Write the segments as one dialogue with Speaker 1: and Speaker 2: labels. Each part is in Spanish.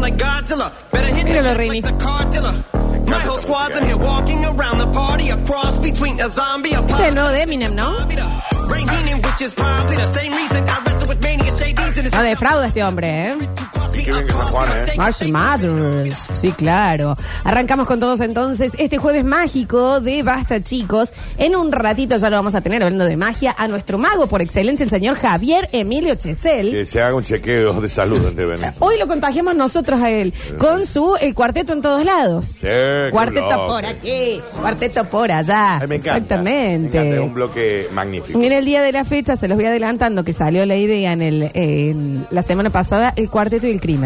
Speaker 1: like Godzilla. Better hit the
Speaker 2: Míralo,
Speaker 1: clip
Speaker 2: Rini.
Speaker 1: like the cartilla. My whole squad's in here walking around the party, a cross between a zombie, a
Speaker 2: Este es el
Speaker 1: pop.
Speaker 2: nuevo de Eminem, ¿no?
Speaker 1: Rain meaning, which is probably the same reason I wrestle with mania shades and it's
Speaker 2: No defrauda este hombre, ¿eh?
Speaker 1: cross me
Speaker 3: Qué bien que San Juan, ¿eh?
Speaker 2: Marshall Matters, sí, claro. Arrancamos con todos entonces este jueves mágico de Basta, chicos. En un ratito ya lo vamos a tener hablando de magia a nuestro mago por excelencia, el señor Javier Emilio Chesel.
Speaker 3: Que se haga un chequeo de salud antes de venir.
Speaker 2: Hoy lo contagiamos nosotros a él, con su el cuarteto en todos lados.
Speaker 3: qué
Speaker 2: cuarteto
Speaker 3: bloque.
Speaker 2: por aquí, cuarteto por allá.
Speaker 3: Ay, me encanta.
Speaker 2: Exactamente.
Speaker 3: Me encanta, es un bloque magnífico.
Speaker 2: En el día de la fecha, se los voy adelantando, que salió la idea en el, en la semana pasada, el cuarteto y el crimen.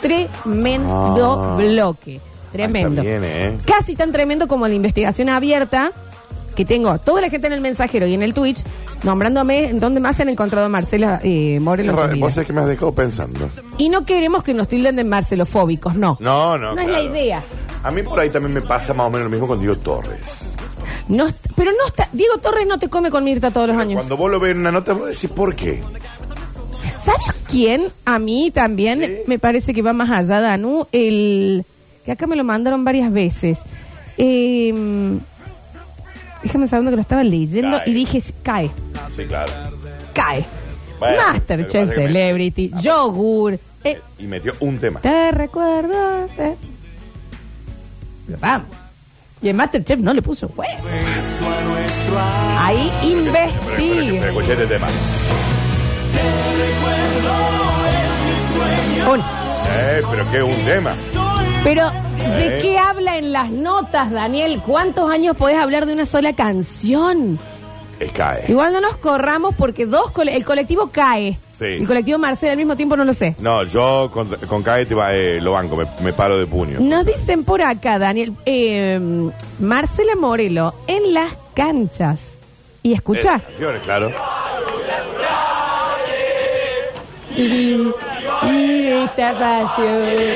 Speaker 2: Tremendo
Speaker 3: Ah.
Speaker 2: bloque. Tremendo.
Speaker 3: Ahí está bien, ¿eh?
Speaker 2: Casi tan tremendo como la investigación abierta que tengo toda la gente en el mensajero y en el Twitch nombrándome en dónde más se han encontrado Marcela eh, Morelos.
Speaker 3: Ra-
Speaker 2: Zúñiga.
Speaker 3: Vos sabés que me has dejado pensando.
Speaker 2: Y no queremos que nos tilden de marcelofóbicos, no.
Speaker 3: No, no.
Speaker 2: No es la
Speaker 3: claro.
Speaker 2: idea.
Speaker 3: A mí por ahí también me pasa más o menos lo mismo con Diego Torres.
Speaker 2: No est- pero no está. Diego Torres no te come con Mirta todos los años.
Speaker 3: Cuando vos lo ves en una nota, vos decís, ¿por qué?
Speaker 2: ¿Sabes quién? A mí también
Speaker 3: Sí.
Speaker 2: me parece que va más allá, Danu. El. que acá me lo mandaron varias veces. Eh, déjame saber que lo estaba leyendo
Speaker 3: Cae.
Speaker 2: y dije: cae,
Speaker 3: Sí, claro.
Speaker 2: cae.
Speaker 3: Bueno, pero
Speaker 2: Masterchef
Speaker 3: pasa que me-
Speaker 2: Celebrity,
Speaker 3: Ah,
Speaker 2: Yogur. eh,
Speaker 3: Y metió un tema.
Speaker 2: te recuerdo. eh. Pero vamos. Y el Masterchef no le puso huevo. Ahí
Speaker 3: Pero- pero- pero- pero
Speaker 2: investigue.
Speaker 3: Escuché este tema.
Speaker 2: Un.
Speaker 3: Eh, pero qué un tema.
Speaker 2: Pero, ¿de
Speaker 3: Eh.
Speaker 2: qué habla en las notas, Daniel? ¿Cuántos años podés hablar de una sola canción?
Speaker 3: Es cae.
Speaker 2: Igual no nos corramos porque dos cole- el colectivo cae.
Speaker 3: Sí.
Speaker 2: El colectivo Marcela al mismo tiempo no lo sé.
Speaker 3: No, yo con, con cae te va- eh, lo banco, me, me paro de puño.
Speaker 2: Nos dicen por acá, Daniel, eh, Marcela Morelo en las canchas. Y escuchá.
Speaker 3: Eh, canciones, claro.
Speaker 2: Y esta pasión.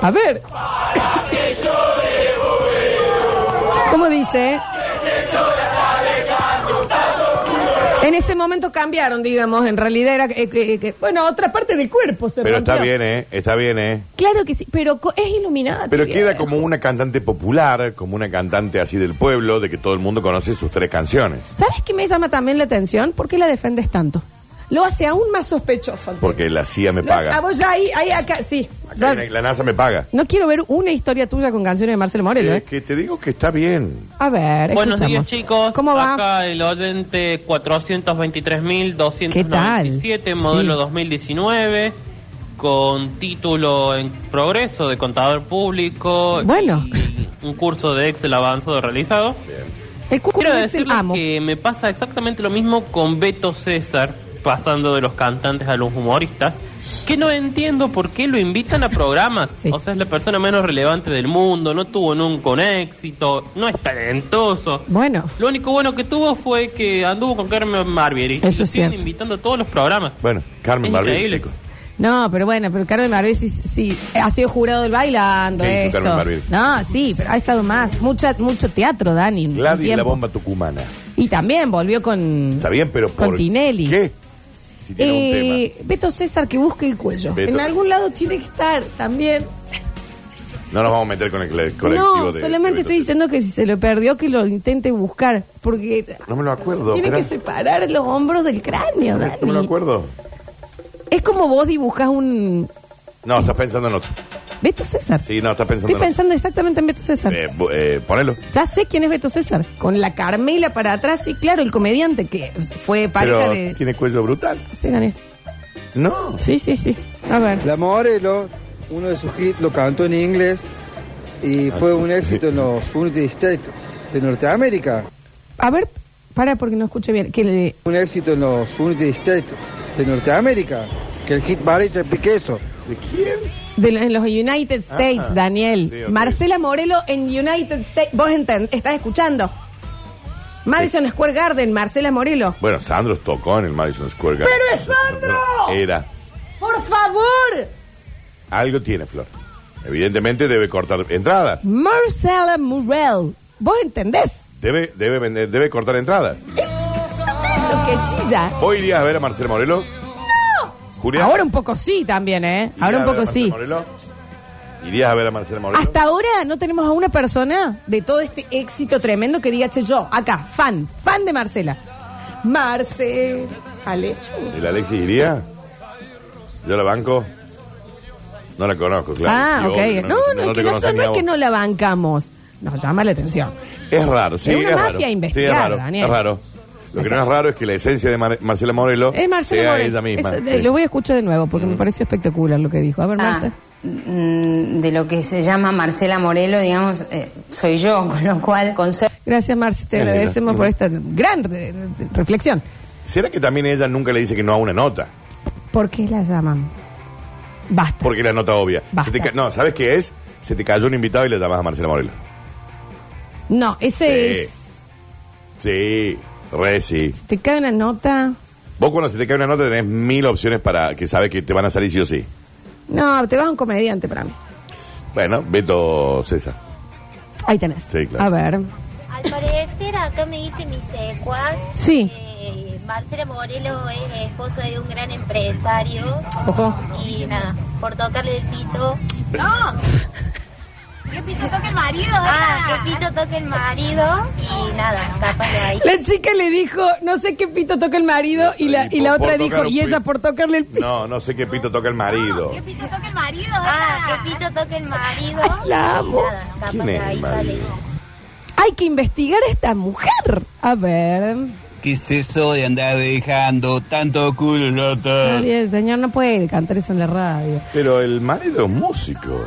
Speaker 2: A ver. ¿Cómo dice? En ese momento cambiaron, digamos, en realidad era... eh, que- que- bueno, otra parte del cuerpo se
Speaker 3: Pero está
Speaker 2: rompió.
Speaker 3: bien, ¿eh? Está bien, ¿eh?
Speaker 2: Claro que sí, pero co- es iluminada.
Speaker 3: Pero queda como una cantante popular, como una cantante así del pueblo, de que todo el mundo conoce sus tres canciones.
Speaker 2: ¿Sabes qué me llama también la atención? ¿Por qué la defendes tanto? Lo hace aún más sospechoso. al
Speaker 3: Porque la CIA me
Speaker 2: Lo hace- ah,
Speaker 3: paga.
Speaker 2: vos ya ahí, ahí acá, sí. Ya-
Speaker 3: La NASA me paga.
Speaker 2: no quiero ver una historia tuya con canciones de Marcelo Morelo,
Speaker 3: Es
Speaker 2: ¿eh?
Speaker 3: que te digo que está bien.
Speaker 2: A ver,
Speaker 4: Buenos días
Speaker 2: escuchamos.
Speaker 4: chicos,
Speaker 2: ¿Cómo va?
Speaker 4: acá el oyente
Speaker 2: ¿Qué tal?
Speaker 4: 423.297, modelo
Speaker 2: Sí.
Speaker 4: 2019, con título en progreso de contador público.
Speaker 2: Bueno.
Speaker 4: y un curso de Excel avanzado realizado.
Speaker 2: El cucu
Speaker 4: Quiero
Speaker 2: de Excel,
Speaker 4: decirles
Speaker 2: amo.
Speaker 4: que me pasa exactamente lo mismo con Beto César, pasando de los cantantes a los humoristas, que no entiendo por qué lo invitan a programas.
Speaker 2: Sí.
Speaker 4: O sea, es la persona menos relevante del mundo, no tuvo nunca un éxito, no es talentoso.
Speaker 2: Bueno,
Speaker 4: Lo único bueno que tuvo fue que anduvo con Carmen Marvieri.
Speaker 2: Eso
Speaker 4: Y
Speaker 2: es
Speaker 4: lo siguen
Speaker 2: cierto.
Speaker 4: invitando a todos los programas.
Speaker 3: Bueno, Carmen
Speaker 4: Es
Speaker 3: Barbieri,
Speaker 4: increíble.
Speaker 3: chicos.
Speaker 2: no, pero bueno, pero Carmen Barbieri sí, sí, ha sido jurado del bailando.
Speaker 3: ¿Qué hizo
Speaker 2: esto.
Speaker 3: Carmen Barbieri?
Speaker 2: No, sí, pero ha estado más. Mucha, mucho teatro, Dani. un
Speaker 3: Gladys la
Speaker 2: tiempo.
Speaker 3: bomba tucumana.
Speaker 2: Y también volvió con.
Speaker 3: Está bien, pero
Speaker 2: Con
Speaker 3: ¿por
Speaker 2: Tinelli.
Speaker 3: qué? Si tiene un
Speaker 2: Eh, Beto César que busque el cuello.
Speaker 3: Beto-
Speaker 2: En algún lado tiene que estar también.
Speaker 3: tema. No nos vamos a meter con el cole- colectivo
Speaker 2: No,
Speaker 3: de-
Speaker 2: solamente
Speaker 3: de-
Speaker 2: estoy diciendo que si se lo perdió, que lo intente buscar. Porque
Speaker 3: No me lo acuerdo.
Speaker 2: tiene
Speaker 3: esperá.
Speaker 2: que separar los hombros del cráneo, Dani.
Speaker 3: No me lo acuerdo.
Speaker 2: Es como vos dibujás un.
Speaker 3: No, estás pensando en otro.
Speaker 2: Beto César.
Speaker 3: Sí, no, estás pensando
Speaker 2: Estoy
Speaker 3: en otro.
Speaker 2: pensando exactamente en Beto César.
Speaker 3: Eh, bu- eh, ponelo.
Speaker 2: Ya sé quién es Beto César. Con la Carmela para atrás y claro, el comediante que fue pareja
Speaker 3: Pero
Speaker 2: de.
Speaker 3: tiene cuello brutal.
Speaker 2: Sí, Daniel.
Speaker 3: No.
Speaker 2: sí, sí, sí. A ver.
Speaker 5: La Morelo, uno de sus hits, lo cantó en inglés y fue un éxito en los United States de Norteamérica.
Speaker 2: A ver, para porque no escuché bien. Que le-
Speaker 5: Un éxito en los United States de Norteamérica. Que el hit vale tres piquesos.
Speaker 3: ¿De quién?
Speaker 2: de lo- en los United States,
Speaker 3: Ah,
Speaker 2: Daniel.
Speaker 3: sí, ok.
Speaker 2: Marcela Morelo en United States. Vos enten- estás escuchando. Madison Square Garden, Marcela Morelo.
Speaker 3: Bueno, Sandro tocó en el Madison Square Garden.
Speaker 2: ¡Pero es Sandro!
Speaker 3: Era.
Speaker 2: ¡Por favor!
Speaker 3: Algo tiene, Flor. Evidentemente debe cortar entradas.
Speaker 2: Marcela Morel. ¿Vos entendés?
Speaker 3: Debe, debe, vender- debe cortar entradas.
Speaker 2: Lo que sí vida.
Speaker 3: ¿Vos irías a ver a Marcel Morelo? Julia.
Speaker 2: Ahora un poco sí también, ¿eh?
Speaker 3: ¿Irías
Speaker 2: Ahora un
Speaker 3: a ver
Speaker 2: poco
Speaker 3: a Marcel
Speaker 2: sí.
Speaker 3: Morelo? ¿Irías a ver a Marcel Morelo?
Speaker 2: Hasta ahora no tenemos a una persona de todo este éxito tremendo que diga, che, yo, acá, fan, fan de Marcela. Marce, Alecho.
Speaker 3: ¿El Alexis iría? ¿Yo la banco? No la conozco, claro.
Speaker 2: ah,
Speaker 3: Sí,
Speaker 2: ok.
Speaker 3: obvio,
Speaker 2: no, no,
Speaker 3: te
Speaker 2: es que no,
Speaker 3: conoces
Speaker 2: so-
Speaker 3: ni
Speaker 2: no
Speaker 3: a
Speaker 2: es que
Speaker 3: vos.
Speaker 2: no la bancamos. Nos llama la atención.
Speaker 3: Es raro, sí.
Speaker 2: Es una mafia
Speaker 3: raro. Sí, es
Speaker 2: investigada,
Speaker 3: raro,
Speaker 2: Daniel.
Speaker 3: Es raro. Lo que no es raro es que la esencia de Mar- Marcela Morelo
Speaker 2: Es Marcela
Speaker 3: sea
Speaker 2: Morel.
Speaker 3: ella misma.
Speaker 2: Es-
Speaker 3: Oh,
Speaker 2: eh,
Speaker 3: Sí. Mm.
Speaker 2: Lo voy a escuchar de nuevo porque me pareció espectacular lo que dijo. A ver,
Speaker 6: Ah,
Speaker 2: Marce.
Speaker 6: mm, de lo que se llama Marcela Morelo, digamos, eh, soy yo, con lo cual conservo
Speaker 2: Gracias, Marce. Te
Speaker 3: Es
Speaker 2: agradecemos
Speaker 3: linda. Mm.
Speaker 2: por esta gran re- re- reflexión.
Speaker 3: ¿Será que también ella nunca le dice que no a una nota?
Speaker 2: ¿Por qué la llaman? Basta.
Speaker 3: Porque es la nota obvia.
Speaker 2: Basta.
Speaker 3: Se te ca- no, ¿sabes qué es? Se te cayó un invitado y le llamas a Marcela Morelo.
Speaker 2: No, ese
Speaker 3: Sí.
Speaker 2: es.
Speaker 3: Sí, re sí.
Speaker 2: Te cae una nota.
Speaker 3: Vos cuando se te cae una nota tenés mil opciones para que sabes que te van a salir sí o sí.
Speaker 2: No, te vas a un comediante para mí.
Speaker 3: Bueno, Beto César.
Speaker 2: Ahí tenés.
Speaker 3: Sí, claro.
Speaker 2: A ver.
Speaker 7: Al parecer, acá me dice mi secuaz.
Speaker 2: Sí.
Speaker 7: eh, Marcelo Morelo es esposo de un gran empresario.
Speaker 2: Ojo.
Speaker 7: Y nada, por tocarle el pito. Ah, que pito toca el marido. Y nada, capaz de ahí.
Speaker 2: La chica le dijo, no sé qué pito toca el marido, y la, y la
Speaker 3: por- por
Speaker 2: otra
Speaker 3: tocar
Speaker 2: dijo,
Speaker 3: un
Speaker 2: y ella
Speaker 3: pito.
Speaker 2: por tocarle el pito.
Speaker 3: No, no sé qué pito toca el marido.
Speaker 7: Ah, que pito toca el marido.
Speaker 2: la
Speaker 7: y
Speaker 2: amo.
Speaker 7: nada, capaz
Speaker 3: ¿Quién
Speaker 7: de
Speaker 3: es el
Speaker 7: ahí
Speaker 3: marido?
Speaker 7: sale.
Speaker 2: Hay que investigar a esta mujer. A ver.
Speaker 8: ¿Qué es eso de andar dejando tanto culo
Speaker 9: Ah.
Speaker 2: Está
Speaker 8: loto?
Speaker 2: bien, señor no puede cantar eso en la radio.
Speaker 3: Pero el marido es músico.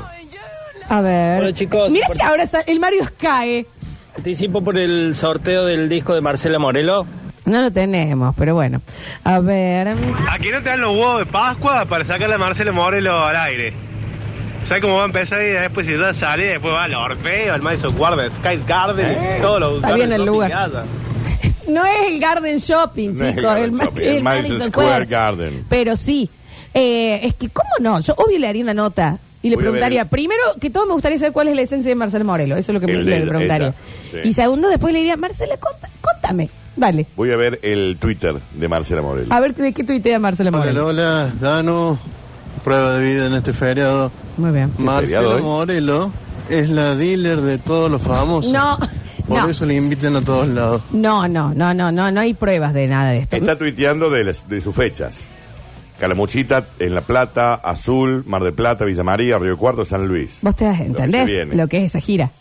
Speaker 2: A ver.
Speaker 9: Bueno, chicos,
Speaker 2: Mira
Speaker 9: por-
Speaker 2: si ahora sa- el Mario cae.
Speaker 9: Participo por el sorteo del disco de Marcela Morelo.
Speaker 2: No lo tenemos, pero bueno. A ver.
Speaker 10: Aquí no te dan los huevos de Pascua para sacarle a Marcelo Morelo al aire. ¿Sabes cómo va a empezar? Y después, si ya sale, después va al Orfeo, al Madison Garden, Sky Garden,
Speaker 3: ¿Eh?
Speaker 10: todos los
Speaker 2: Está bien el lugar. No es el Garden Shopping,
Speaker 3: No es el
Speaker 2: chicos.
Speaker 3: Garden
Speaker 2: ma-
Speaker 3: Shopping, el Madison Square Garden.
Speaker 2: Pero sí. Eh, es que, ¿cómo no? Yo obvio le haría una nota. Y le
Speaker 3: Voy a ver
Speaker 2: preguntaría,
Speaker 3: el-
Speaker 2: primero que todo me gustaría saber cuál es la esencia de Marcelo Morelo. Eso es lo que me-
Speaker 3: El de
Speaker 2: le
Speaker 3: ella,
Speaker 2: preguntaría.
Speaker 3: ella, sí.
Speaker 2: Y segundo, después le diría, Marcela, conta- contame. Dale.
Speaker 3: Voy a ver el Twitter de Marcela Morelo.
Speaker 2: A ver de qué tuitea Marcelo Morelo.
Speaker 11: hola, Danu. Prueba de vida en este feriado.
Speaker 2: Muy bien.
Speaker 3: feriado hoy?
Speaker 11: Marcelo Morelo es la dealer de todos los famosos.
Speaker 2: No,
Speaker 11: Por
Speaker 2: no.
Speaker 11: eso le invitan a todos lados.
Speaker 2: No, no, no, no, no, no hay pruebas de nada de esto.
Speaker 3: Está tuiteando de, las- de sus fechas. Calamuchita, En La Plata, Azul, Mar de Plata, Villa María, Río Cuarto, San Luis.
Speaker 2: Vos te das a
Speaker 3: Lo que se
Speaker 2: entender
Speaker 3: viene.
Speaker 2: lo que es esa gira.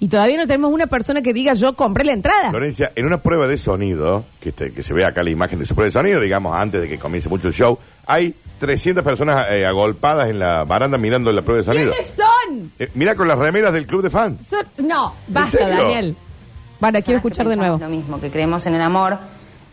Speaker 2: Y todavía no tenemos una persona que diga yo compré la entrada.
Speaker 3: Florencia, en una prueba de sonido, que, este- que se ve acá la imagen de su prueba de sonido, digamos, antes de que comience mucho el show, hay 300 personas eh, agolpadas en la baranda mirando la prueba de sonido.
Speaker 2: ¿Quiénes son?
Speaker 3: Eh, mira con las remeras del club de fans.
Speaker 2: Son- No, basta,
Speaker 3: serio?
Speaker 2: Daniel. Bueno, quiero escuchar de nuevo.
Speaker 6: Lo mismo, que creemos en el amor.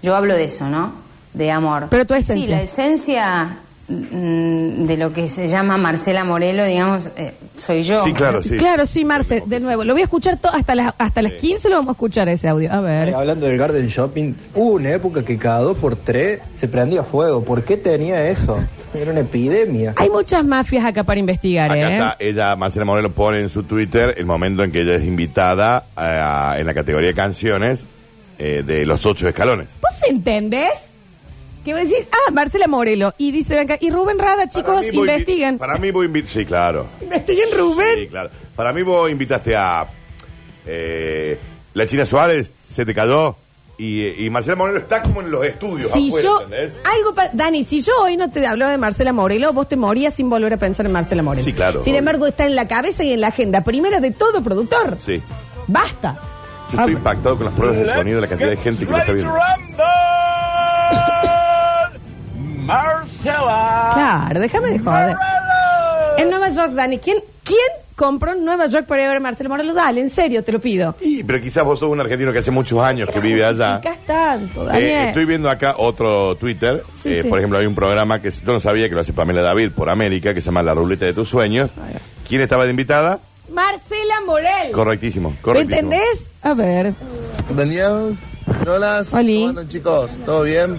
Speaker 6: Yo hablo de eso, ¿no? De amor.
Speaker 2: Pero tu esencia.
Speaker 6: Sí, la esencia mm, de lo que se llama Marcela Morelo, digamos, eh, soy yo.
Speaker 3: Sí, claro, sí.
Speaker 2: Claro, sí, Marce, de nuevo. Lo voy a escuchar to- hasta las hasta las 15 lo vamos a escuchar ese audio. A ver.
Speaker 5: Eh, Hablando del garden shopping, hubo una época que cada dos por tres se prendía fuego. ¿Por qué tenía eso? Era una epidemia.
Speaker 2: Hay muchas mafias acá para investigar,
Speaker 3: Acá
Speaker 2: ¿eh?
Speaker 3: está, ella, Marcela Morelo, pone en su Twitter el momento en que ella es invitada a- en la categoría canciones eh, de los ocho escalones.
Speaker 2: ¿Vos entendés? Que vos decís, ah, Marcela Morelo. Y dice acá, y Rubén Rada, chicos,
Speaker 3: Para mí vos invi-
Speaker 2: investiguen.
Speaker 3: Para mí vos invi- Sí, claro.
Speaker 2: Investiguen, Rubén.
Speaker 3: Sí, claro. Para mí vos invitaste a eh, la China Suárez, se te cayó. Y, y Marcela Moreno está como en los estudios
Speaker 2: Si
Speaker 3: afuera,
Speaker 2: yo,
Speaker 3: ¿entendés?
Speaker 2: algo pa- Dani, si yo hoy no te hablo de Marcela Morelo, vos te morías sin volver a pensar en Marcela Morelo.
Speaker 3: Sí, claro.
Speaker 2: Sin embargo, está en la cabeza y en la agenda primera de todo productor.
Speaker 3: Sí.
Speaker 2: Basta.
Speaker 3: Yo
Speaker 2: Ah.
Speaker 3: estoy impactado con las pruebas de sonido, la cantidad de gente que lo está viendo.
Speaker 8: Marcela.
Speaker 2: Claro, déjame de joder. En Nueva York, Dani, ¿quién, quién compró en Nueva York para ir a ver a Marcela Morelo? Dale, en serio, te lo pido.
Speaker 3: Y, pero quizás vos sos un argentino que hace muchos años que vive allá.
Speaker 2: Criticás tanto, Daniel.
Speaker 3: Eh, estoy viendo acá otro Twitter.
Speaker 2: Sí,
Speaker 3: Eh,
Speaker 2: sí.
Speaker 3: Por ejemplo, hay un programa que yo no sabía que lo hace Pamela David por América, que se llama La Ruleta de tus Sueños. ¿Quién estaba de invitada?
Speaker 2: Marcela Morel.
Speaker 3: Correctísimo,
Speaker 2: ¿Me
Speaker 3: correctísimo.
Speaker 2: entendés? A ver.
Speaker 11: Daniel, hola,
Speaker 2: Oli.
Speaker 11: ¿cómo andan, chicos? ¿Todo bien?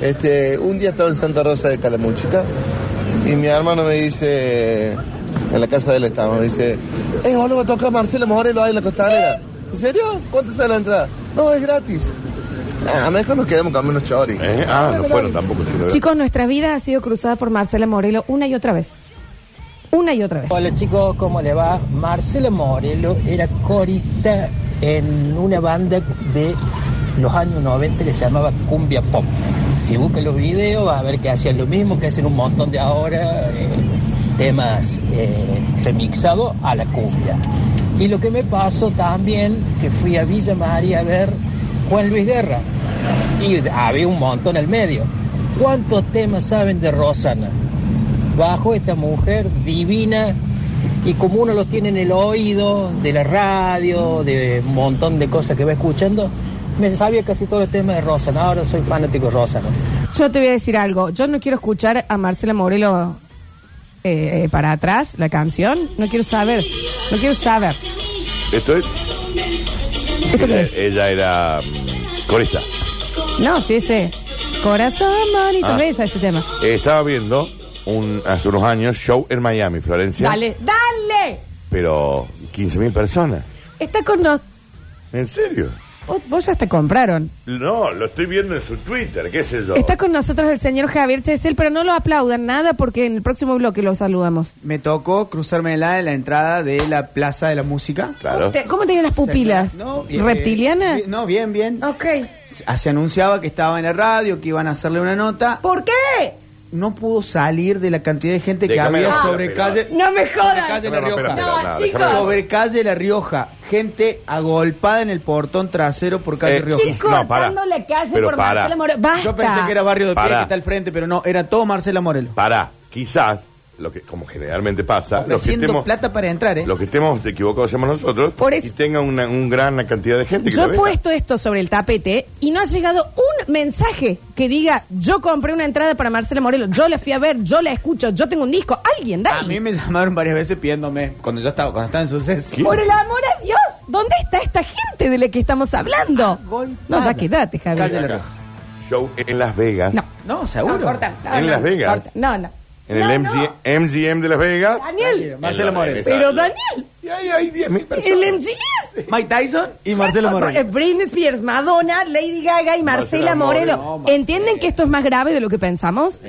Speaker 11: Este, un día estaba en Santa Rosa de Calamuchita y mi hermano me dice, en la casa de él estamos, me dice, eh, boludo, toca Marcelo Morelo ahí en la costanera. ¿En serio? ¿Cuánto sale la entrada? No, es gratis. A lo mejor nos quedamos con unos choris.
Speaker 3: Ah, no fueron tampoco. sí, la verdad.
Speaker 2: Chicos, nuestra vida ha sido cruzada por Marcela Morelo una y otra vez. Una y otra vez.
Speaker 12: Hola chicos, ¿cómo le va? Marcela Morelo era corista en una banda de los años 90 que se llamaba Cumbia Pop. Si buscan los videos vas a ver que hacían lo mismo, que hacen un montón de ahora eh, temas eh, remixados a la cumbia. Y lo que me pasó también, que fui a Villa María a ver Juan Luis Guerra. Y había un montón en el medio. ¿Cuántos temas saben de Rosana? Bajo esta mujer divina y como uno los tiene en el oído, de la radio, de un montón de cosas que va escuchando, me sabía casi todos los temas de Rosana. Ahora soy fanático de Rosana.
Speaker 2: Yo te voy a decir algo. Yo no quiero escuchar a Marcela Morelo eh, eh, para atrás, la canción. No quiero saber. No quiero saber.
Speaker 3: Esto es.
Speaker 2: ¿Esto qué
Speaker 3: ella,
Speaker 2: es?
Speaker 3: ella era mm, corista.
Speaker 2: No, sí, ese. Corazón bonito,
Speaker 3: Ah.
Speaker 2: bella ese tema.
Speaker 3: Eh, estaba viendo un, hace unos años show en Miami, Florencia.
Speaker 2: Dale, dale.
Speaker 3: Pero 15.000 personas.
Speaker 2: Está con nos.
Speaker 3: ¿En serio?
Speaker 2: Vos, vos ya hasta compraron.
Speaker 3: No, lo estoy viendo en su Twitter, qué sé yo.
Speaker 2: Está con nosotros el señor Javier Chesel, pero no lo aplaudan nada porque en el próximo bloque lo saludamos.
Speaker 13: Me tocó cruzármela en la entrada de la Plaza de la Música.
Speaker 2: ¿Cómo te- ¿Cómo tienen las pupilas?
Speaker 13: No, bien,
Speaker 2: ¿Reptilianas?
Speaker 13: bien, no, bien, bien.
Speaker 2: Ok.
Speaker 13: Ah, Se anunciaba que estaba en la radio, que iban a hacerle una nota.
Speaker 2: ¿Por qué?
Speaker 13: No pudo salir de la cantidad de gente
Speaker 3: Déjame
Speaker 13: que había
Speaker 3: romper
Speaker 13: sobre
Speaker 3: la
Speaker 13: calle.
Speaker 2: No me
Speaker 13: Sobre
Speaker 2: jodas.
Speaker 13: calle La
Speaker 3: No,
Speaker 13: Rioja.
Speaker 3: No, chicos. déjame romper.
Speaker 13: Sobre calle La Rioja. Gente agolpada en el portón trasero por calle
Speaker 3: Eh,
Speaker 13: Rioja.
Speaker 3: Chicos, No, pará.
Speaker 2: Dando la calle
Speaker 3: Pero
Speaker 2: por
Speaker 3: pará.
Speaker 2: Marcela Moreno. Basta.
Speaker 13: Yo pensé que era Barrio de Pie,
Speaker 3: Pará.
Speaker 13: que está al frente, pero no, era todo Marcela Morelo.
Speaker 3: Para, quizás, lo que, como generalmente pasa, los que,
Speaker 13: Ofreciendo
Speaker 3: estemos,
Speaker 13: plata para entrar, ¿eh?
Speaker 3: los que estemos equivocados somos nosotros
Speaker 2: Por eso-
Speaker 3: y tenga una un gran cantidad de gente que
Speaker 2: Yo
Speaker 3: lo
Speaker 2: he
Speaker 3: vea.
Speaker 2: puesto esto sobre el tapete y no ha llegado un mensaje que diga yo compré una entrada para Marcela Morelo, yo la fui a ver, yo la escucho, yo tengo un disco. Alguien,
Speaker 13: A
Speaker 2: dale.
Speaker 13: mí me llamaron varias veces pidiéndome cuando yo estaba, cuando estaba en suceso.
Speaker 2: Por el amor a Dios, ¿dónde está esta gente de la que estamos hablando? No, ya quédate, Javier.
Speaker 13: Calle La Rioja.
Speaker 3: Show en Las Vegas.
Speaker 2: No.
Speaker 13: No,
Speaker 2: No,
Speaker 13: seguro.
Speaker 2: corta. No,
Speaker 3: En
Speaker 2: no,
Speaker 3: Las Vegas.
Speaker 2: corta. No, no.
Speaker 3: En el
Speaker 2: No,
Speaker 3: MG-
Speaker 2: no.
Speaker 3: MGM de Las Vegas.
Speaker 2: Daniel.
Speaker 3: En la-
Speaker 13: Marcela
Speaker 3: en
Speaker 13: Morelo.
Speaker 3: esa-
Speaker 2: Pero Daniel,
Speaker 3: Y ahí hay 10.000 personas.
Speaker 2: el MGM.
Speaker 13: Mike Tyson y Marcelo
Speaker 2: O sea, eh,
Speaker 13: Moreno.
Speaker 2: Britney Spears, Madonna, Lady Gaga y Marcela
Speaker 3: Marcela
Speaker 2: Morelo.
Speaker 3: Morelo.
Speaker 13: No, Marcela.
Speaker 2: ¿Entienden que esto es más grave de lo que pensamos?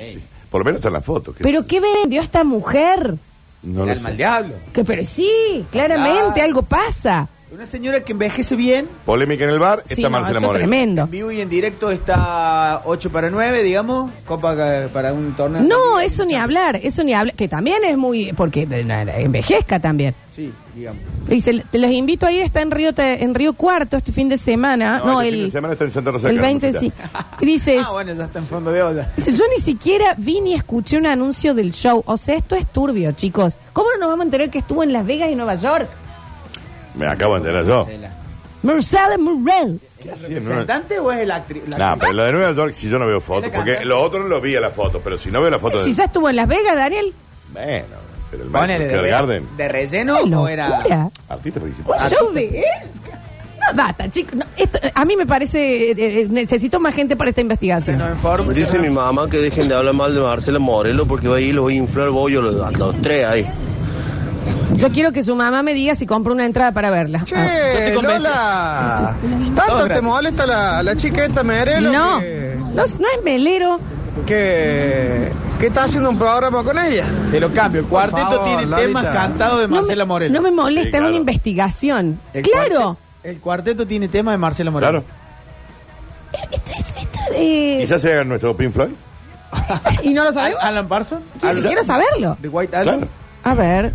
Speaker 3: Por lo menos están las fotos. que-
Speaker 2: ¿Pero qué vendió esta mujer?
Speaker 3: no
Speaker 13: El
Speaker 3: lo
Speaker 13: alma
Speaker 3: sé.
Speaker 13: al diablo.
Speaker 2: Que pero sí, claramente algo pasa.
Speaker 13: Una señora que envejece bien.
Speaker 3: Polémica en el bar,
Speaker 2: Sí,
Speaker 3: está
Speaker 2: no,
Speaker 3: Marcela
Speaker 2: eso es
Speaker 3: Moreno.
Speaker 2: tremendo.
Speaker 13: En vivo y en directo está 8 para 9, digamos. Copa eh, para un torneo.
Speaker 2: No, eso ni hablar, eso ni hablar, que también es muy porque eh, na- na- envejezca también.
Speaker 13: Sí, digamos.
Speaker 2: Dice, te los invito a ir, está en Río Te- en Río Cuarto este fin de semana, no,
Speaker 3: No, este
Speaker 2: el
Speaker 3: fin de semana está en Santa Rosa de
Speaker 2: el
Speaker 3: Calamuchita.
Speaker 2: 20 sí. Y Dices,
Speaker 13: Ah, bueno, ya está en fondo de olla.
Speaker 2: dice, yo ni siquiera vi ni escuché un anuncio del show, o sea, esto es turbio, chicos. ¿Cómo no nos vamos a enterar que estuvo en Las Vegas y Nueva York?
Speaker 3: Me acabo de enterar yo.
Speaker 2: Marcela Morel.
Speaker 13: ¿Es
Speaker 3: Sí,
Speaker 13: el
Speaker 3: en una-
Speaker 13: representante o es el actriz?
Speaker 3: Nah, pero lo de Nueva York, si yo no veo fotos,
Speaker 13: Es la
Speaker 3: porque
Speaker 13: cantante.
Speaker 3: lo otro no lo vi a la foto, pero si no veo la foto
Speaker 2: Si
Speaker 3: de.
Speaker 2: ya estuvo en Las Vegas, Daniel,
Speaker 3: Bueno, pero el Madison
Speaker 13: Ponele, de,
Speaker 3: Square Garden,
Speaker 13: de relleno
Speaker 2: ¡Qué
Speaker 13: o era
Speaker 2: locura!
Speaker 3: artista principal.
Speaker 2: Un show de él. No, basta, chicos. No, esto, eh, a mí me parece. eh, eh, necesito más gente para esta investigación.
Speaker 13: no informe.
Speaker 14: Dice mi mamá que dejen de hablar mal de Marcela Morelo porque va a ir los voy a inflar bollo a los, a los tres ahí.
Speaker 2: Yo quiero que su mamá me diga si compro una entrada para verla. Ah.
Speaker 13: yo te convenzo. Todo
Speaker 15: ¿Tanto te
Speaker 13: gratis.
Speaker 15: molesta la, la chica esta Merelo?
Speaker 2: No,
Speaker 15: Que,
Speaker 2: no, no es melero.
Speaker 15: que, que está haciendo un programa con ella.
Speaker 13: Te lo cambio. El cuarteto
Speaker 15: favor,
Speaker 13: tiene
Speaker 15: Lolita.
Speaker 13: temas cantados de
Speaker 2: No
Speaker 13: Marcela
Speaker 2: me-
Speaker 13: Morelo.
Speaker 2: No me molesta,
Speaker 3: Sí,
Speaker 2: es
Speaker 3: claro.
Speaker 2: una investigación.
Speaker 13: El
Speaker 2: claro.
Speaker 13: cuarte- el cuarteto tiene temas de Marcela Morelo.
Speaker 3: Claro.
Speaker 2: Esto- esto- esto de-
Speaker 3: Quizás sea nuestro Pink Floyd.
Speaker 2: Eh, Y no lo sabemos.
Speaker 13: Alan Parsons.
Speaker 2: Quiero- Quiero saberlo.
Speaker 13: The White Album.
Speaker 3: Claro.
Speaker 2: A ver.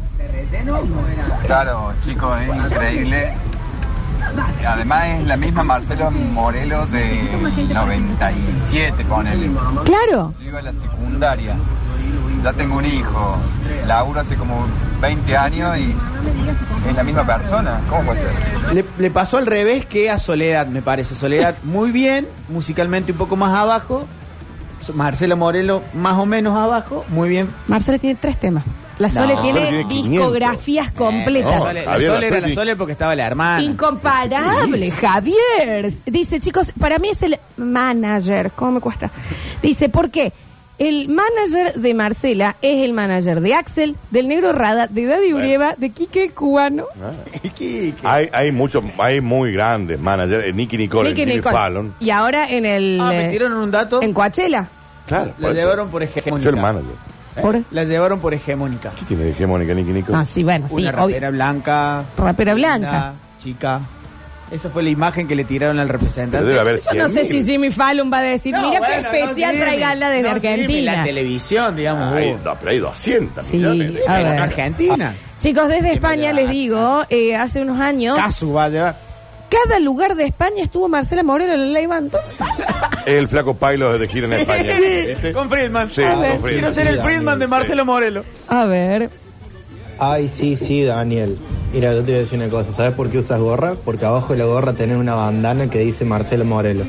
Speaker 16: Claro, chicos, es increíble. Además es la misma Marcelo Morelos de 97, ponele.
Speaker 2: Claro.
Speaker 16: Yo iba a la secundaria, ya tengo un hijo, Laura hace como 20 años y es la misma persona. ¿Cómo puede ser?
Speaker 13: Le, le pasó al revés que a Soledad, me parece. Soledad muy bien, musicalmente un poco más abajo. Marcela Morelo más o menos abajo, muy bien.
Speaker 2: Marcela tiene tres temas. La
Speaker 13: No.
Speaker 2: Sole
Speaker 13: Marcela
Speaker 2: tiene,
Speaker 3: tiene 500.
Speaker 2: discografías
Speaker 13: La
Speaker 2: completas.
Speaker 3: no,
Speaker 13: Sole, la
Speaker 3: Javier,
Speaker 13: Sole era
Speaker 3: la
Speaker 13: la Sole porque estaba la Eh, hermana.
Speaker 2: Incomparable, Javier. Dice, chicos, para mí es el manager. ¿Cómo me cuesta? Dice, ¿por qué? El manager de Marcela es el manager de Axel, del Negro Rada, de Daddy Urieva, de Quique Cubano.
Speaker 3: Hay, hay muchos, hay muy grandes managers. eh, Nicky Nicole,
Speaker 2: Nicky
Speaker 3: Jimmy
Speaker 2: Nicole.
Speaker 3: Fallon.
Speaker 2: Y ahora en el.
Speaker 13: Ah, me
Speaker 2: eh,
Speaker 13: tiraron un dato.
Speaker 2: En Coachella.
Speaker 3: Claro,
Speaker 13: La
Speaker 3: por eso.
Speaker 13: llevaron por hegemónica.
Speaker 3: Yo el manager.
Speaker 13: ¿Eh? La llevaron por hegemónica.
Speaker 3: ¿Qué tiene de hegemónica Nicky Nicole?
Speaker 2: Ah, sí, bueno, sí,
Speaker 13: Una
Speaker 2: obvio.
Speaker 13: rapera blanca.
Speaker 2: Rapera
Speaker 13: linda,
Speaker 2: blanca.
Speaker 13: Chica. Esa fue la imagen que le tiraron al representante.
Speaker 3: Pero debe haber
Speaker 2: Yo no sé si Jimmy Fallon va a decir,
Speaker 13: No,
Speaker 2: mira
Speaker 13: bueno,
Speaker 2: qué especial
Speaker 13: no, Jimmy,
Speaker 2: traiganla desde
Speaker 13: no, Jimmy,
Speaker 2: Argentina.
Speaker 13: la televisión, digamos.
Speaker 3: Hay,
Speaker 13: hubo.
Speaker 3: no, pero hay 200 millones. de-
Speaker 2: a ver.
Speaker 13: En Argentina.
Speaker 2: Chicos, desde España les digo, eh, hace unos años,
Speaker 13: Casu va a llevar.
Speaker 2: cada lugar de España estuvo Marcela Morelo en el Live Antón.
Speaker 3: El flaco Pailo de gira en España. ¿Viste?
Speaker 13: Con Friedman.
Speaker 3: Sí,
Speaker 13: A
Speaker 3: con
Speaker 13: ver,
Speaker 3: Friedman.
Speaker 13: Quiero ser el Friedman de Marcelo Morelo.
Speaker 2: A ver.
Speaker 17: Ay, sí, sí, Daniel. Mira, yo te voy a decir una cosa. ¿Sabes por qué usas gorra? Porque abajo de la gorra tenés una bandana que dice Marcelo Morelo.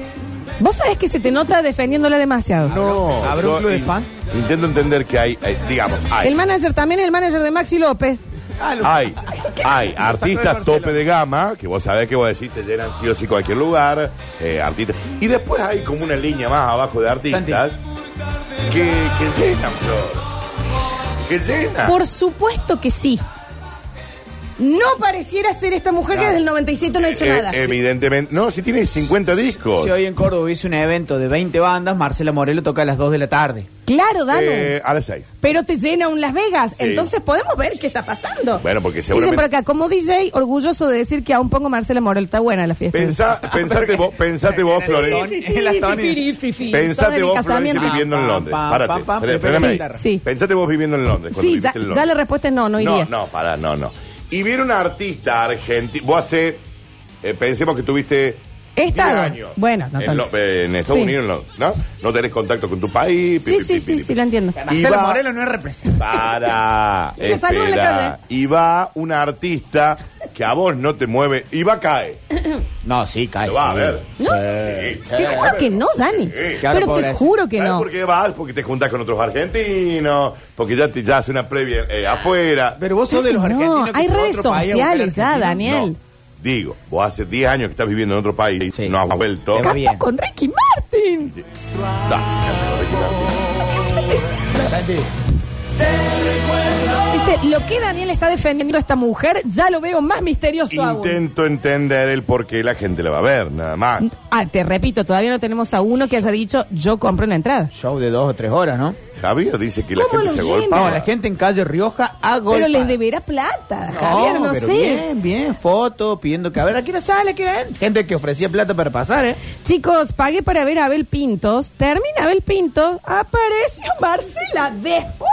Speaker 2: Vos sabés que se te nota defendiéndola demasiado.
Speaker 3: No,
Speaker 13: ¿Habrá
Speaker 3: yo
Speaker 13: un club de
Speaker 3: in-
Speaker 13: fan?
Speaker 3: Intento entender que hay, hay- digamos, hay.
Speaker 2: El manager también es el manager de Maxi López.
Speaker 13: Ah,
Speaker 3: Hay, hay artistas tope de gama, que vos sabés que vos decís, te llenan sí o sí cualquier lugar, eh, artistas. Y después hay como una línea más abajo de artistas que, que llenan, bro. Que
Speaker 13: Ah.
Speaker 3: llenan.
Speaker 2: Por supuesto que sí. No pareciera ser esta mujer que desde el 97 no ha hecho
Speaker 3: Eh,
Speaker 2: nada.
Speaker 3: evidentemente. No, si tiene 50 discos.
Speaker 13: Si hoy en Córdoba hubiese un evento de 20 bandas, Marcela Morelo toca a las 2 de la tarde.
Speaker 2: Claro, Danu.
Speaker 3: Eh, a las 6.
Speaker 2: Pero te llena un Las Vegas.
Speaker 3: Sí.
Speaker 2: Entonces podemos ver qué está pasando.
Speaker 3: Bueno, porque
Speaker 2: Dicen por
Speaker 3: seguramente.
Speaker 2: acá, como DJ, orgulloso de decir que aún pongo Marcela Morel. Está buena la fiesta.
Speaker 3: Pensá- pensate vos, pensate vos,
Speaker 13: Sí,
Speaker 3: Florencia.
Speaker 13: sí, sí,
Speaker 2: Fifiri, fifiri. Todo
Speaker 3: Pensate
Speaker 2: en mi
Speaker 3: vos, Florencia,
Speaker 2: casamiento.
Speaker 3: viviendo en
Speaker 13: Pam,
Speaker 3: Londres.
Speaker 13: pam,
Speaker 3: Párate.
Speaker 13: pam, pam,
Speaker 3: Espera,
Speaker 13: pero
Speaker 3: espérame
Speaker 13: sí,
Speaker 3: ahí.
Speaker 2: sí.
Speaker 3: Pensate vos viviendo en Londres. cuando
Speaker 2: Sí,
Speaker 3: viviste
Speaker 2: ya,
Speaker 3: en Londres.
Speaker 2: ya la respuesta es no, no iría.
Speaker 3: No, no, pará, no, no. Y viene un artista argentino. Vos hace. eh, pensemos que tuviste.
Speaker 2: He estado.
Speaker 3: 10 años
Speaker 2: Bueno, no
Speaker 3: en,
Speaker 2: tanto.
Speaker 3: lo- eh, en Estados
Speaker 2: Sí.
Speaker 3: Unidos, no, ¿no? No tenés contacto con tu país.
Speaker 2: Sí, sí, sí, sí, lo entiendo.
Speaker 13: Marcelo
Speaker 3: va-
Speaker 13: Morelo no es representante.
Speaker 3: Para.
Speaker 2: Me salió en la
Speaker 3: espera.
Speaker 2: calle. ¿eh?
Speaker 3: Y va un artista que a vos no te mueve. Y va cae.
Speaker 13: No, sí, cae.
Speaker 3: Lo va a
Speaker 13: sí.
Speaker 3: ver.
Speaker 13: Sí.
Speaker 2: Te juro que no, Dani.
Speaker 13: Claro,
Speaker 2: Pero te
Speaker 13: pobrecito.
Speaker 2: juro que
Speaker 3: ¿Sabes
Speaker 2: no.
Speaker 3: por qué vas? Porque te juntas con otros argentinos, porque ya, te, ya hace una previa eh, afuera.
Speaker 13: Pero vos sos de los
Speaker 2: No,
Speaker 13: argentinos que
Speaker 2: hay
Speaker 13: se va a
Speaker 2: redes
Speaker 13: otro país a buscar
Speaker 2: sociales ya,
Speaker 13: argentinos.
Speaker 2: Daniel.
Speaker 3: Digo, vos hace 10 años que estás viviendo en otro país, no has vuelto.
Speaker 13: Te
Speaker 2: Canta
Speaker 13: va bien.
Speaker 2: con Ricky Martin.
Speaker 3: Da, cántalo, Ricky Martin.
Speaker 2: Dice, lo que Daniel está defendiendo a esta mujer, ya lo veo más misterioso aún.
Speaker 3: Intento entender el por qué la gente la va a ver, nada más.
Speaker 2: Ah, te repito, todavía no tenemos a uno que haya dicho, yo compro una entrada.
Speaker 13: Show de dos o tres horas, ¿no?
Speaker 3: Javier dice que la
Speaker 2: ¿Cómo
Speaker 3: gente se
Speaker 2: lo llena?
Speaker 3: golpea.
Speaker 13: No, la gente en Calle Rioja a
Speaker 2: Pero
Speaker 13: golpe.
Speaker 2: les deberá plata, Javier, no
Speaker 13: pero
Speaker 2: sé.
Speaker 13: Bien, bien, foto, pidiendo que a ver, ¿a qué hora sale? ¿A qué hora entra? Gente que ofrecía plata para pasar, ¿eh?
Speaker 2: Chicos, pagué para ver a Abel Pintos. Termina Abel Pintos, apareció Marcela después.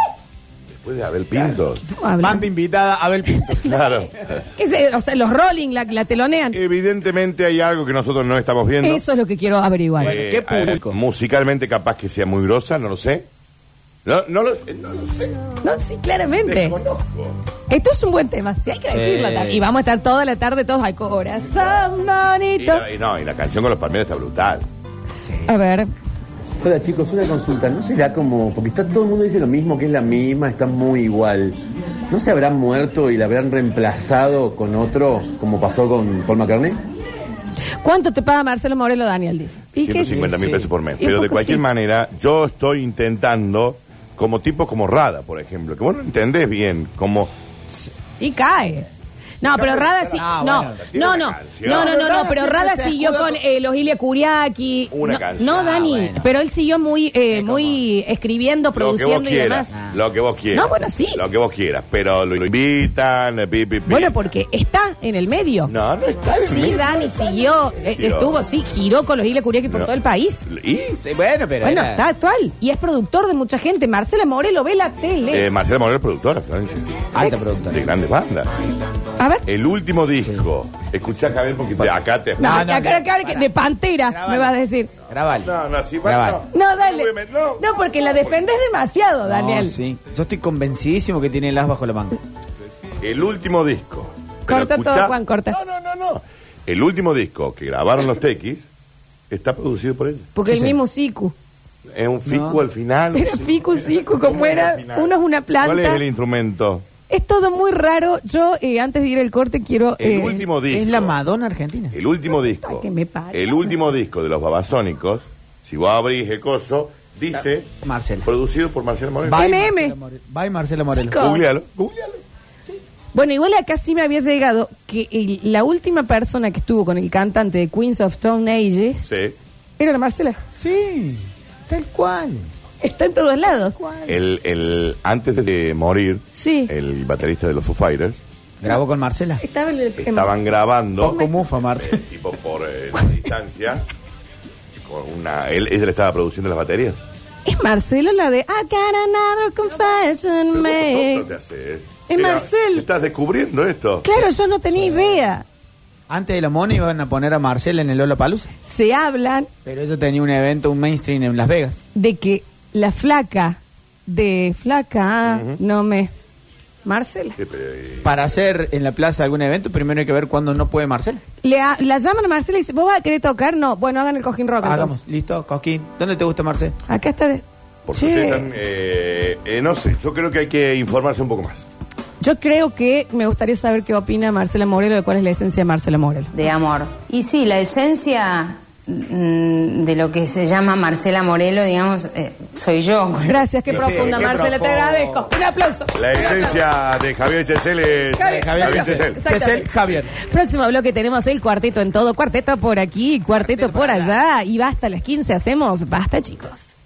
Speaker 3: Después de Abel Pinto.
Speaker 2: ¿Cómo hablan?
Speaker 13: Manda invitada a Abel Pinto.
Speaker 3: Claro.
Speaker 2: Que se- o sea, los Rolling la, la telonean.
Speaker 3: Evidentemente hay algo que nosotros no estamos viendo.
Speaker 2: Eso es lo que quiero averiguar.
Speaker 3: Eh,
Speaker 13: ¿qué público?
Speaker 3: eh, musicalmente capaz que sea muy grosa, no lo sé. No, no lo, eh, no lo sé.
Speaker 2: No, sí, claramente.
Speaker 3: Desconozco.
Speaker 2: Esto es un buen tema, sí, hay que decirlo también. Y vamos a estar toda la tarde todos al corazón
Speaker 3: Y
Speaker 2: bonito.
Speaker 3: la, y no, y la canción con los palmeros está brutal.
Speaker 2: A ver.
Speaker 18: Hola chicos, una consulta, ¿no será como, porque está todo el mundo dice lo mismo, que es la misma, está muy igual, ¿no se habrán muerto y la habrán reemplazado con otro, como pasó con Paul McCartney?
Speaker 2: ¿Cuánto te paga Marcelo Morelo, Daniel? Dice. ¿Y qué
Speaker 3: 150 mil
Speaker 2: sí?
Speaker 3: pesos por mes.
Speaker 2: Y un
Speaker 3: Pero de
Speaker 2: poco
Speaker 3: cualquier
Speaker 2: sí.
Speaker 3: manera, yo estoy intentando, como tipo como Rada, por ejemplo, que vos no entendés bien, como...
Speaker 2: Y cae. No, pero Rada sí.
Speaker 13: Ah,
Speaker 2: No,
Speaker 13: bueno,
Speaker 3: tiene
Speaker 2: no,
Speaker 3: una
Speaker 2: no.
Speaker 3: canción.
Speaker 2: No, no,
Speaker 13: Pero
Speaker 2: no, no.
Speaker 13: Rada
Speaker 2: Pero
Speaker 13: siempre
Speaker 2: Rada
Speaker 13: se
Speaker 2: siguió
Speaker 13: escuda
Speaker 2: con
Speaker 13: con-
Speaker 2: eh, los Ilia Kuriaki.
Speaker 3: Una
Speaker 2: No,
Speaker 3: canción.
Speaker 2: No, Dani.
Speaker 13: Ah, bueno.
Speaker 2: Pero él siguió muy, eh, muy escribiendo,
Speaker 3: Lo que vos
Speaker 2: produciendo y
Speaker 3: quieras, Ah.
Speaker 2: demás.
Speaker 3: lo que vos quieras.
Speaker 2: No, bueno, sí.
Speaker 3: Lo que vos quieras, pero lo, lo invitan, eh, pi, pi, pi.
Speaker 2: Bueno, porque está en el medio.
Speaker 3: No, no está en el
Speaker 2: Sí,
Speaker 3: medio.
Speaker 2: Dani siguió, eh,
Speaker 3: Siguió.
Speaker 2: estuvo, sí, giró con los Ilia Kuriaki por
Speaker 3: No.
Speaker 2: todo el país.
Speaker 3: Y
Speaker 13: Sí, bueno, pero.
Speaker 2: Bueno,
Speaker 13: era-
Speaker 2: está actual y es productor de mucha gente. Marcela Morelo ve la tele.
Speaker 3: eh, Marcela Morel, productora, Florencia.
Speaker 13: Alta productora.
Speaker 3: De grandes bandas.
Speaker 2: a ver.
Speaker 3: El último disco. Escuchá, Javier, porque te- acá te...
Speaker 2: No,
Speaker 13: No,
Speaker 2: que
Speaker 13: no,
Speaker 2: acá- acá-
Speaker 13: para.
Speaker 2: de pantera,
Speaker 13: Grabalo.
Speaker 2: me vas a decir.
Speaker 13: Grabale.
Speaker 3: No, no, sí,
Speaker 13: Grabalo.
Speaker 3: bueno.
Speaker 2: No, dale.
Speaker 3: No,
Speaker 2: No, porque la defendes demasiado,
Speaker 13: No,
Speaker 2: Daniel.
Speaker 13: sí. Yo estoy convencidísimo que tiene el as bajo la manga.
Speaker 3: El último disco. Pero
Speaker 2: Corta todo,
Speaker 3: escuchá-
Speaker 2: Juan, corta.
Speaker 3: No, no, no, no. El último disco que grabaron los Tequis está producido por ella.
Speaker 2: Porque
Speaker 13: Sí,
Speaker 2: el
Speaker 13: sí.
Speaker 2: mismo Siku.
Speaker 3: Es un fico
Speaker 13: No.
Speaker 3: al final.
Speaker 2: Era fico, sicu,
Speaker 3: ¿Cómo
Speaker 2: como era,
Speaker 3: al final?
Speaker 2: uno es una planta.
Speaker 3: ¿Cuál es el instrumento?
Speaker 2: Es todo muy raro. Yo, eh, antes de ir al corte, quiero.
Speaker 3: El
Speaker 2: eh,
Speaker 3: último disco.
Speaker 13: Es la Madonna argentina.
Speaker 3: El último disco.
Speaker 2: que me parió.
Speaker 3: El último disco de los Babasónicos. Si vos abrís el coso, Dice.
Speaker 13: Marcela.
Speaker 3: Producido por Marcela Moreno.
Speaker 13: Bye,
Speaker 2: MM.
Speaker 13: Marcela More- Bye, Marcela Moreno.
Speaker 2: Chicos.
Speaker 3: Googlealo.
Speaker 2: Bueno, igual acá sí me había llegado que el- la última persona que estuvo con el cantante de Queens of Stone Ages
Speaker 3: Sí.
Speaker 2: era la Marcela.
Speaker 13: Sí, tal cual.
Speaker 2: Está en todos lados.
Speaker 3: El, el, antes de morir,
Speaker 2: Sí.
Speaker 3: el baterista de los Foo Fighters,
Speaker 13: Grabó con Marcela.
Speaker 2: Estaba en el. en-
Speaker 3: estaban grabando.
Speaker 13: Poco mufa, Marcela.
Speaker 3: eh, tipo por eh, la distancia. Con una, él, ella le estaba produciendo las baterías.
Speaker 2: Es Marcelo la de I got another confession
Speaker 3: ¿Cuánto
Speaker 2: made.
Speaker 3: te haces?
Speaker 2: Es
Speaker 3: Mira,
Speaker 2: Marcel.
Speaker 3: te Estás descubriendo esto.
Speaker 2: Claro, yo no tenía idea.
Speaker 13: Antes de la mona iban a poner a Marcela en el Lola Palusa.
Speaker 2: Se hablan
Speaker 13: Pero ella tenía un evento, un mainstream en Las Vegas.
Speaker 2: de que la flaca de flaca ah, no me. Marcela.
Speaker 3: Sí, pero, eh,
Speaker 13: Para hacer en la plaza algún evento, primero hay que ver cuándo no puede Marcela.
Speaker 2: Le ha- la llaman a Marcela y dice, ¿vos vas a querer tocar? No, bueno, hagan el cojín rock entonces.
Speaker 13: Hagamos, listo, Cosquín. ¿Dónde te gusta Marcela?
Speaker 2: Acá está de-
Speaker 3: porque
Speaker 2: Che.
Speaker 3: ustedes están, eh, eh, no sé, yo creo que hay que informarse un poco más.
Speaker 2: Yo creo que me gustaría saber qué opina Marcela Morelo de cuál es la esencia de Marcela Morelo.
Speaker 6: de amor. Y sí, la esencia mm, de lo que se llama Marcela Morelo, digamos, eh, soy yo.
Speaker 2: Gracias, qué
Speaker 6: Sí,
Speaker 2: profunda,
Speaker 6: qué
Speaker 2: Marcela, te
Speaker 6: profundo.
Speaker 2: agradezco. Un aplauso.
Speaker 3: La esencia de Javier Chesel es
Speaker 2: Javier, Javier
Speaker 3: Chesel.
Speaker 2: Chesel. Exactamente.
Speaker 13: Javier.
Speaker 2: Próximo bloque tenemos el cuarteto en todo, cuarteto por aquí, cuarteto, por allá y basta a las 15 hacemos, basta chicos.